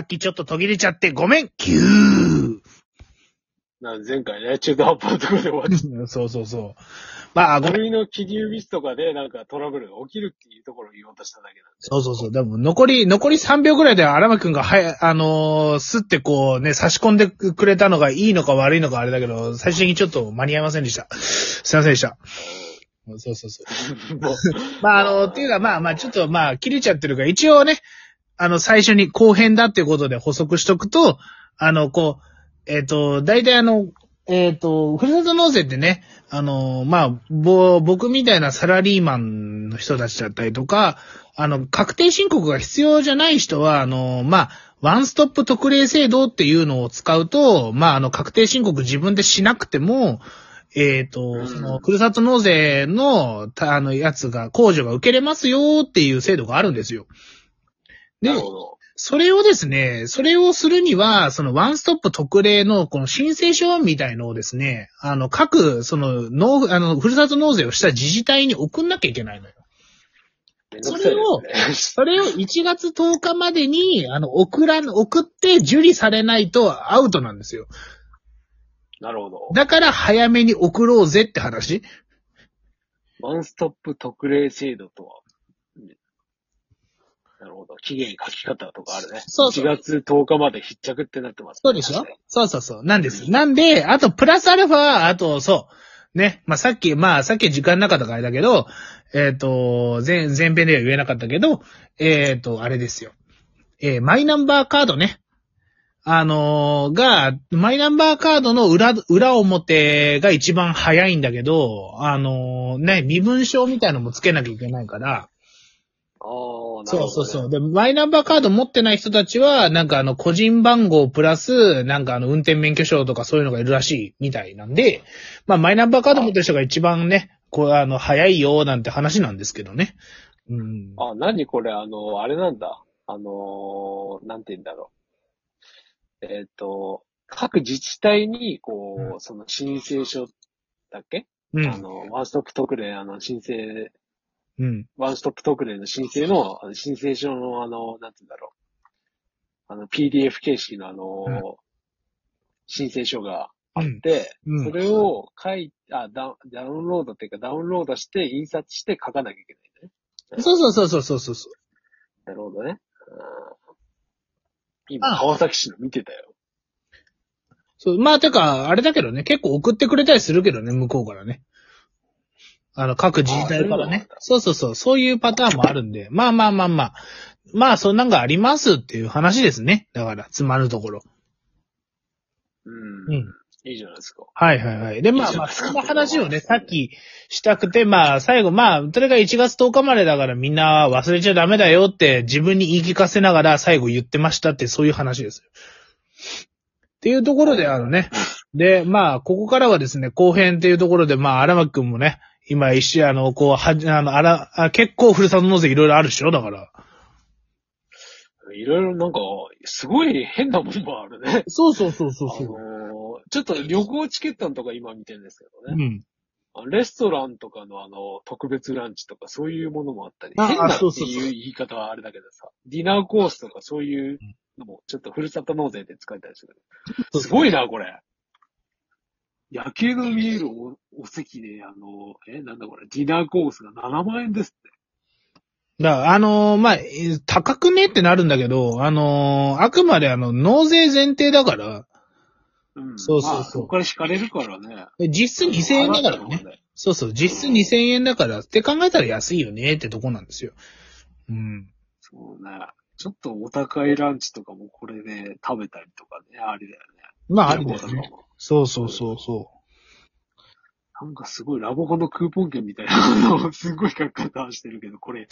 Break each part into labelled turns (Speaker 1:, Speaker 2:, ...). Speaker 1: っきちょっと途切れちゃってごめんキュー
Speaker 2: なん前回ね、中途半端なところで終わっちゃっ
Speaker 1: うん そうそうそう。まあ、
Speaker 2: た。
Speaker 1: ごめん。
Speaker 2: 紙の記入ミスとかでなんかトラブルが起きるっていうところを言おうとしただけなんで。
Speaker 1: そうそうそう。でも、残り、残り3秒ぐらいで荒牧くんが、はい、あのー、すってこうね、差し込んでくれたのがいいのか悪いのかあれだけど、最終的にちょっと間に合いませんでした。すいませんでした。そうそうそう。
Speaker 2: もう
Speaker 1: まあ、あの、っていうか、まあまあ、ちょっとまあ、切れちゃってるから、一応ね、あの、最初に後編だっていうことで補足しとくと、あの、こう、えっ、と、大体あの、えっ、と、ふるさと納税ってね、あの、まあ、ぼ、僕みたいなサラリーマンの人たちだったりとか、あの、確定申告が必要じゃない人は、あの、まあ、ワンストップ特例制度っていうのを使うと、まあ、あの、確定申告自分でしなくても、えっ、
Speaker 2: う
Speaker 1: と、
Speaker 2: ん
Speaker 1: その、ふるさと納税の、たあの、やつが、控除が受けれますよっていう制度があるんですよ。で
Speaker 2: なる、ほど。
Speaker 1: それをですね、それをするには、そのワンストップ特例のこの申請書みたいのをですね、あの、各、その、納、あの、ふるさと納税をした自治体に送んなきゃいけないのよ。
Speaker 2: めんどくさいですね。
Speaker 1: それを1月10日までに、あの、送らん、送って受理されないとアウトなんですよ。
Speaker 2: なるほど。
Speaker 1: だから早めに送ろうぜって話。
Speaker 2: ワンストップ特例制度とは、うんなるほど。期限書き方とかあるね。
Speaker 1: そうそう
Speaker 2: 1月10日まで必着ってなってます、
Speaker 1: そうでしょそうそうそう。なんです。なんで、あと、プラスアルファ、あと、そう。ね。まあ、さっき、まあ、さっき時間なかったからあれだけど、えっ、と、前、前編では言えなかったけど、えっ、と、あれですよ。えーマイナンバーカードね。あのーが、マイナンバーカードの裏、裏表が一番早いんだけど、あのーね、身分証みたいのもつけなきゃいけないから、
Speaker 2: ああ、なるほど、
Speaker 1: そうそうそう。。で、マイナンバーカード持ってない人たちは、なんかあの、個人番号プラス、なんかあの、運転免許証とかそういうのがいるらしいみたいなんで、まあ、マイナンバーカード持ってる人が一番ね、こう、あの、早いよ、なんて話なんですけどね。うん。
Speaker 2: あ、何これ、あの、あれなんだ。あのーなんて言うんだろう。えっ、と、各自治体に、こう、
Speaker 1: う
Speaker 2: その申請書だっけ、
Speaker 1: う
Speaker 2: あ
Speaker 1: ん。
Speaker 2: の、ワンストップ特例、あの、申請、
Speaker 1: うん。
Speaker 2: ワンストップ特例の申請の、あの申請書の、あの、なんて言うんだろう。あの、PDF 形式の、あのー申請書があって、
Speaker 1: うんうん
Speaker 2: それを書い、あダウン、ダウンロードっていうか、ダウンロードして、印刷して書かなきゃいけないんだね。
Speaker 1: そうそうそうそうそうそう。
Speaker 2: なるほどね。うん今、川崎市の見てたよ。
Speaker 1: そうまあ、てか、あれだけどね、結構送ってくれたりするけどね、向こうからね。あの、各自治体からね
Speaker 2: あ。
Speaker 1: そうそうそう、そういうパターンもあるんで、まあまあまあまあ。まあ、そんなんがありますっていう話ですね。だから、つまるところ。
Speaker 2: うん。
Speaker 1: うん。
Speaker 2: いいじゃないですか。
Speaker 1: はいはいはい。で、まあまあ、
Speaker 2: いいじゃ
Speaker 1: そ
Speaker 2: ん
Speaker 1: んな話をね、さっきしたくて、まあ、最後、まあ、それが1月10日までだからみんな忘れちゃダメだよって自分に言い聞かせながら最後言ってましたって、そういう話ですよ。っていうところで、あのね。で、まあ、ここからはですね、後編っていうところで、まあ、荒牧くんもね、今一緒、あの、こう、はじ、あの、あら、あ結構ふるさと納税いろいろあるでしょだから。
Speaker 2: いろいろなんか、すごい変なものもあるね。
Speaker 1: そうそうそうそ
Speaker 2: あのーちょっと旅行チケットのとか今見てるんですけど
Speaker 1: う
Speaker 2: ね。
Speaker 1: ん。
Speaker 2: レストランとかのあの、特別ランチとかそういうものもあったり、
Speaker 1: あ
Speaker 2: 変なって
Speaker 1: そうそう
Speaker 2: い
Speaker 1: そう
Speaker 2: う言い方はあれだけどさ、ディナーコースとかそういうのも、ちょっとふるさと納税で使えたりする。すごいな、これ。夜景の見えるおお席で、あの、え、なんだこれ、ディナーコースが7万円ですって。
Speaker 1: だからあのーまあ、えー高くねってなるんだけど、あのーあくまであの、納税前提だから、
Speaker 2: うん。
Speaker 1: そうそうそう
Speaker 2: まあそこから引かれるからね。
Speaker 1: 実質2000円だからね。
Speaker 2: ね。
Speaker 1: そうそう、実質2000円だからって考えたら安いよねってとこなんですよ。うん。
Speaker 2: そうね。ちょっとお高いランチとかもこれで食べたりとかね、あれだよね。
Speaker 1: まあ、あ
Speaker 2: ラ
Speaker 1: る
Speaker 2: ボ
Speaker 1: で
Speaker 2: と
Speaker 1: す
Speaker 2: か
Speaker 1: ね。
Speaker 2: も。
Speaker 1: そうそうそうそ
Speaker 2: なんかすごいラボホのクーポン券みたいな のをすごい書き方してるけど、これ、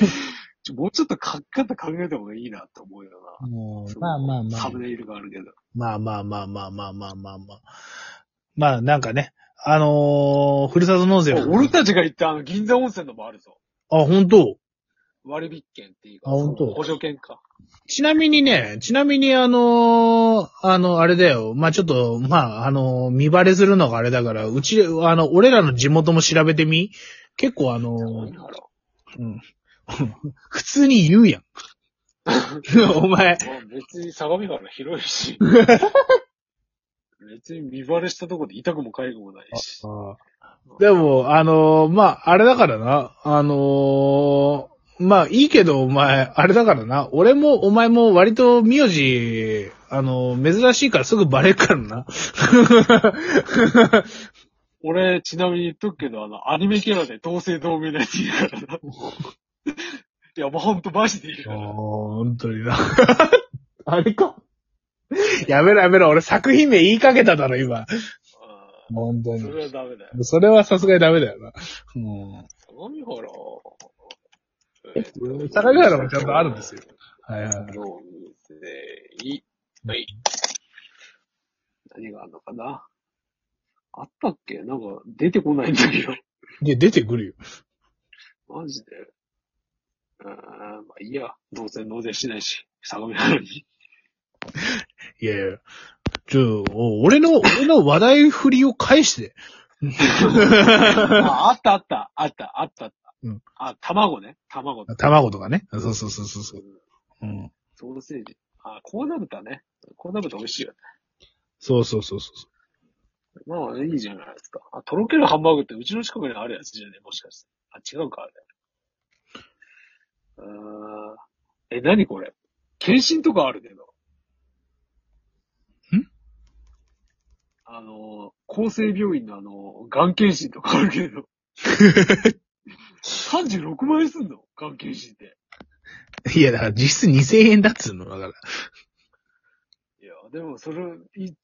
Speaker 2: ちょもうちょっと書き方考えた方がいいなと思うよ
Speaker 1: う。も
Speaker 2: な。
Speaker 1: う、まあまあまあ
Speaker 2: サ。ムネイルがあるけど。
Speaker 1: まあまあまあまあまあまあまあまあ。まあ、なんかね、あのーふるさと納税を。
Speaker 2: 俺たちが行ったあの銀座温泉のもあるぞ。
Speaker 1: あ、本当
Speaker 2: 割引券っていうか、
Speaker 1: あ本当
Speaker 2: 補助券か。
Speaker 1: ちなみにね、ちなみにあのーあの、あれだよ。まあ、ちょっと、まあ、あのー見バレするのがあれだから、うち、あの、俺らの地元も調べてみ結構あのー
Speaker 2: 何だろ
Speaker 1: うん普通に言うやん。お前、
Speaker 2: まあ別に相模原広いし。 別に見バレしたとこで痛くもかゆくもないし。
Speaker 1: でも、あのーまあ、あれだからな、あのーまあ、いいけど、お前、あれだからな、俺も、お前も割と名字、あのー珍しいからすぐバレるからな。
Speaker 2: 俺、ちなみに言っとくけど、あの、アニメキャラで同姓同名のやついる からな。いや、もうほんとマジでいるから。
Speaker 1: 本当にな。あれか。やめろやめろ、俺作品名言いかけただろ、今。本当
Speaker 2: うんそ
Speaker 1: に。
Speaker 2: れはダメだよ。
Speaker 1: それはさすがにダメだよな。うん。
Speaker 2: 相模原。
Speaker 1: 相模原もちゃんとあるんですよ。はいはい。
Speaker 2: どうでいい。はい。何があるのかなあったっけなんか、出てこないんだけど。
Speaker 1: で、出てくるよ。
Speaker 2: マジで。うーん、まあいいや。どうせ納税しないし、相模 原に。
Speaker 1: いやいや。ちょ、お俺の、俺の話題振りを返して。
Speaker 2: あ、あったあった、あった、あったあった。
Speaker 1: うん
Speaker 2: あ、卵ね。卵。
Speaker 1: 卵とかね。そうそうそうそうそう。
Speaker 2: うん
Speaker 1: うん。
Speaker 2: ソーセージ。あ、コーナ豚ね。コーナ豚美味しいよね。
Speaker 1: そうそうそうそう。
Speaker 2: まあ、いいじゃないですか。あ、とろけるハンバーグってうちの近くにあるやつじゃねもしかして。あ、違うか、あれ。あーえ、なにこれ検診とかあるけど。
Speaker 1: ん
Speaker 2: あの、厚生病院のあの、がん検診とかある けど。36万円すんのがん検診って。
Speaker 1: いや、だから実質2000円だっつうの、だから。
Speaker 2: いや、でもそれ、い、い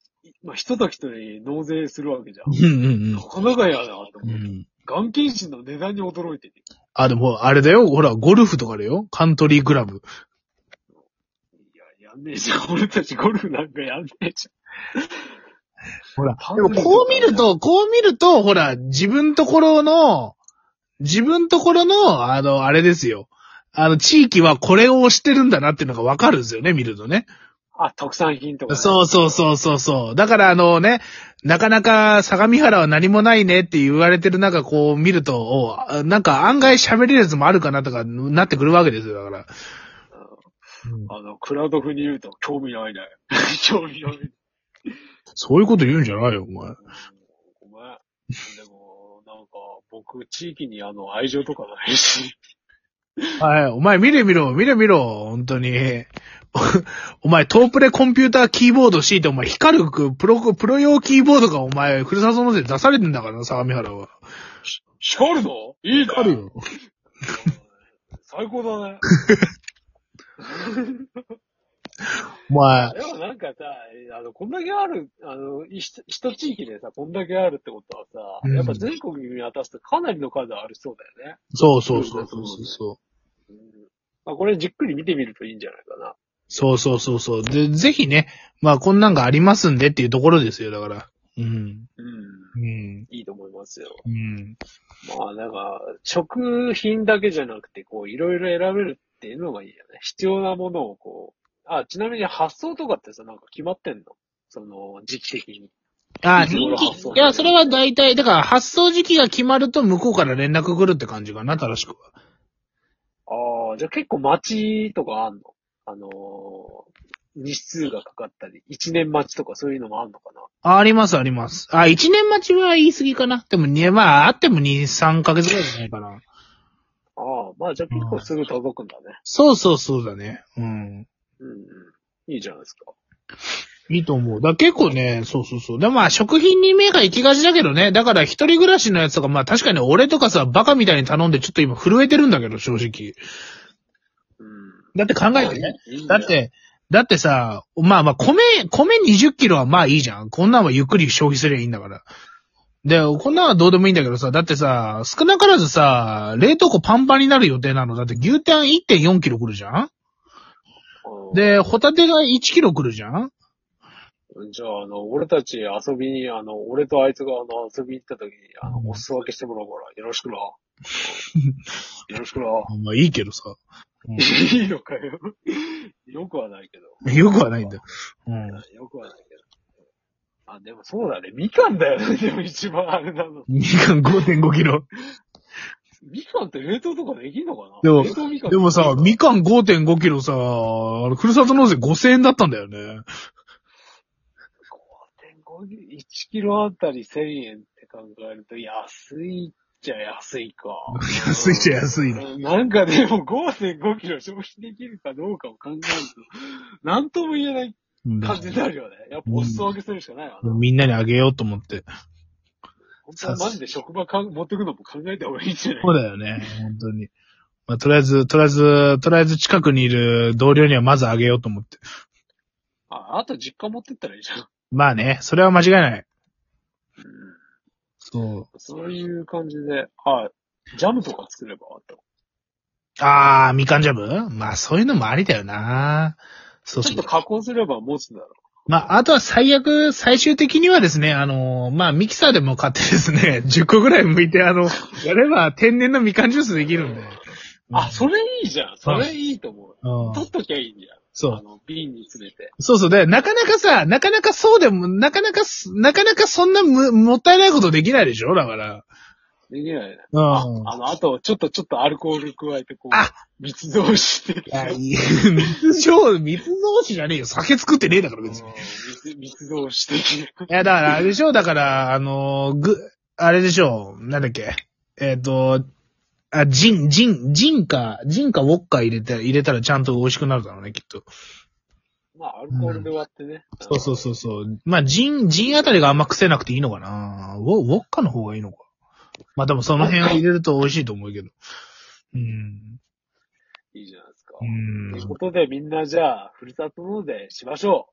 Speaker 2: まあ、ひとときとに納税するわけじゃ
Speaker 1: うん
Speaker 2: ん。
Speaker 1: うん
Speaker 2: なかなかやな、と思
Speaker 1: うん。う
Speaker 2: って。
Speaker 1: ん。
Speaker 2: がん検診の値段に驚いてて。
Speaker 1: あ、でも、あれだよ。ほら、ゴルフとかだよ。カントリークラブ。
Speaker 2: いや、やんねえじゃん。俺 たちゴルフなんかやんねえじ
Speaker 1: ほら
Speaker 2: カン
Speaker 1: で
Speaker 2: トリ
Speaker 1: も
Speaker 2: ークラブ
Speaker 1: こう見ると、こう見ると、ほら、自分ところの、自分ところの、あの、あれですよ。あの、地域はこれを推してるんだなっていうのがわかるんですよね、見るとね。
Speaker 2: ゃん。あ、特産品とか、ね。
Speaker 1: そうそうそうそうそう。だからあのね、なかなか相模原は何もないねって言われてる中、こう見ると、おうあなんか案外喋れるやつもあるかなとか、なってくるわけですよ、だから。
Speaker 2: あの、クラウド風に言うと、興味ないね。 興味ないね。
Speaker 1: そういうこと言うんじゃないよ、お前。
Speaker 2: ごめん。でも、なんか、僕、地域にあの、愛情とかないし。
Speaker 1: はい、お前見れ見ろ、見れ見ろ、本当に。 おお前、トープレコンピューターキーボード敷いて、お前、光るくプロ、プロ用キーボードがお前、ふるさと納税で出されてんだからな、相模原は。
Speaker 2: 光るのいいね。
Speaker 1: 光るよ。
Speaker 2: 最高だね。
Speaker 1: お前、
Speaker 2: でもなんかさ、あの、こんだけある、あの、一一地域でさ、こんだけあるってことはさ、
Speaker 1: うん
Speaker 2: やっぱ全国に見渡すとかなりの数ありそうだよね。
Speaker 1: そうそうそうそうそうそう。
Speaker 2: うんまあ、これじっくり見てみるといいんじゃないかな。
Speaker 1: そうそうそうそう。で、ぜひね、まあこんなんがありますんでっていうところですよ、だから。うん。
Speaker 2: うん。
Speaker 1: うん。
Speaker 2: いいと思いますよ。
Speaker 1: うん。
Speaker 2: まあ、なんか、食品だけじゃなくて、こう、いろいろ選べるっていうのがいいよね。必要なものをこう、あ、ちなみに発送とかってさ、なんか決まってんのその、時期的に。
Speaker 1: あ、
Speaker 2: いつ
Speaker 1: 人
Speaker 2: 頃
Speaker 1: 気。
Speaker 2: 発送
Speaker 1: いや、それは大体、だから発送時期が決まると向こうから連絡来るって感じかな、正しくは。
Speaker 2: ああ、じゃあ結構待ちとかあんのあのー日数がかかったり、1年待ちとかそういうのもあんのかな
Speaker 1: あ、あります、あります。あ、1年待ちは言い過ぎかな。でも、ね、まあ、あっても2、3ヶ月ぐらいじゃないかな。
Speaker 2: ああ、まあじゃあ結構すぐ届くんだね。
Speaker 1: そうそうそうだね。うん。
Speaker 2: うんうん。いいじゃないですか。
Speaker 1: いいと思う。だ結構ね、そうそうそう。でもまあ、食品に目が行きがちだけどね。だから、一人暮らしのやつとか、まあ確かに俺とかさ、バカみたいに頼んでちょっと今震えてるんだけど、正直。
Speaker 2: うん。
Speaker 1: だって考えてね。
Speaker 2: いいん
Speaker 1: だ
Speaker 2: よ
Speaker 1: っ、て、だってさ、まあまあ、米、米20キロはまあいいじゃん。こんなんはゆっくり消費すりゃいいんだから。で、こんなんはどうでもいいんだけどさ、だってさ、少なからずさ、冷凍庫パンパンになる予定なの。だって牛タン1.4キロ来るじゃん
Speaker 2: うん、
Speaker 1: で、ホタテが1キロ来るじゃん
Speaker 2: じゃあ、あの、俺たち遊びに、あの、俺とあいつが、あの、遊びに行った時に、あの
Speaker 1: う、ん
Speaker 2: お裾分けしてもらうから、よろしく な。よろしくな。
Speaker 1: まあいいけどさ。
Speaker 2: いいのかよ。よくはないけど。
Speaker 1: よくはないんだよ。うん。
Speaker 2: よくはないけど。あ、で もそうだね。みかんだよね。でも一番あれなの。
Speaker 1: みかん5.5キロ。
Speaker 2: みかんって冷凍とかできんのかな
Speaker 1: でも
Speaker 2: 冷凍みかん
Speaker 1: でもさ、み
Speaker 2: み、
Speaker 1: かん5.5キロさ、あれふるさと納税5000円だったんだよね。。
Speaker 2: 5.5キロ1キロあたり1000円って考えると、安いっちゃ安いか
Speaker 1: 安いっちゃ安いな。
Speaker 2: うんなんかでも5.5キロ消費できるかどうかを考えると、なんとも言えない
Speaker 1: うん
Speaker 2: 感じになるよね。やっぱお裾分けするしかないわな。
Speaker 1: みんなにあげようと思って。
Speaker 2: 本当はマジで職場かん持ってくのも考えた方がいいんじゃない
Speaker 1: そうだよね、本当に。まあ、とりあえず、とりあえず、とりあえず近くにいる同僚にはまずあげようと思って。
Speaker 2: あ、あと実家持ってったらいいじゃん。
Speaker 1: まあね、それは間違いない。そう。
Speaker 2: そういう感じで、あ、ジャムとか作ればあと。
Speaker 1: あー、みかんジャムまあそういうのもありだよな。そうそ
Speaker 2: ちょっ
Speaker 1: う
Speaker 2: と。加工すれば持つだろう。
Speaker 1: まあ、あとは最悪、最終的にはですね、あのーまあ、ミキサーでも買ってですね、10個ぐ らい剥いて、あの、やれば天然のみかんジュースできるんで。
Speaker 2: あ、それいいじゃん。それいいと思
Speaker 1: うん
Speaker 2: う。取っときゃいいんじゃん。
Speaker 1: そう
Speaker 2: あ。の、瓶に詰めて。
Speaker 1: そうそう。で、なかなかさ、なかなかそうでも、なかなかす、なかなかそんなむ、もったいないことできないでしょだから。
Speaker 2: できないね。
Speaker 1: うん。
Speaker 2: あ、あの、あと、ちょっと、ちょっとアルコール加えて、こ
Speaker 1: あ
Speaker 2: う、密造して。
Speaker 1: いや、いい。密造、密造酒じゃねえよ。酒作ってねえだから別に。い
Speaker 2: 密密造して。
Speaker 1: や、だから、あれでしょだから、あのー、ぐ、あれでしょなんだっけえっ、と、あ、ジン、ジン、ジンか、ジンかウォッカ入れて、入れたらちゃんと美味しくなるだろうね、きっと。
Speaker 2: まあ、アルコールで割ってね。
Speaker 1: そうそうそうそう。まあ、ジン、ジンあたりがあんま癖なくていいのかなウォウォッカの方がいいのか。まあでもその辺を入れると美味しいと思うけど。うん。
Speaker 2: いいじゃないですか。
Speaker 1: うん
Speaker 2: という。ことで、みんなじゃあ、ふるさと納税しましょ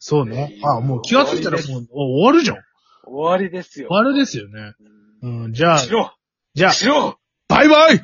Speaker 1: そうね。あ、もう気がついたらもうお終わるじゃん。
Speaker 2: う。終わりですよ。
Speaker 1: 終わるですよね。
Speaker 2: うん
Speaker 1: うん、じゃあ
Speaker 2: し、ろ
Speaker 1: じゃあ、
Speaker 2: しろ
Speaker 1: バイバイ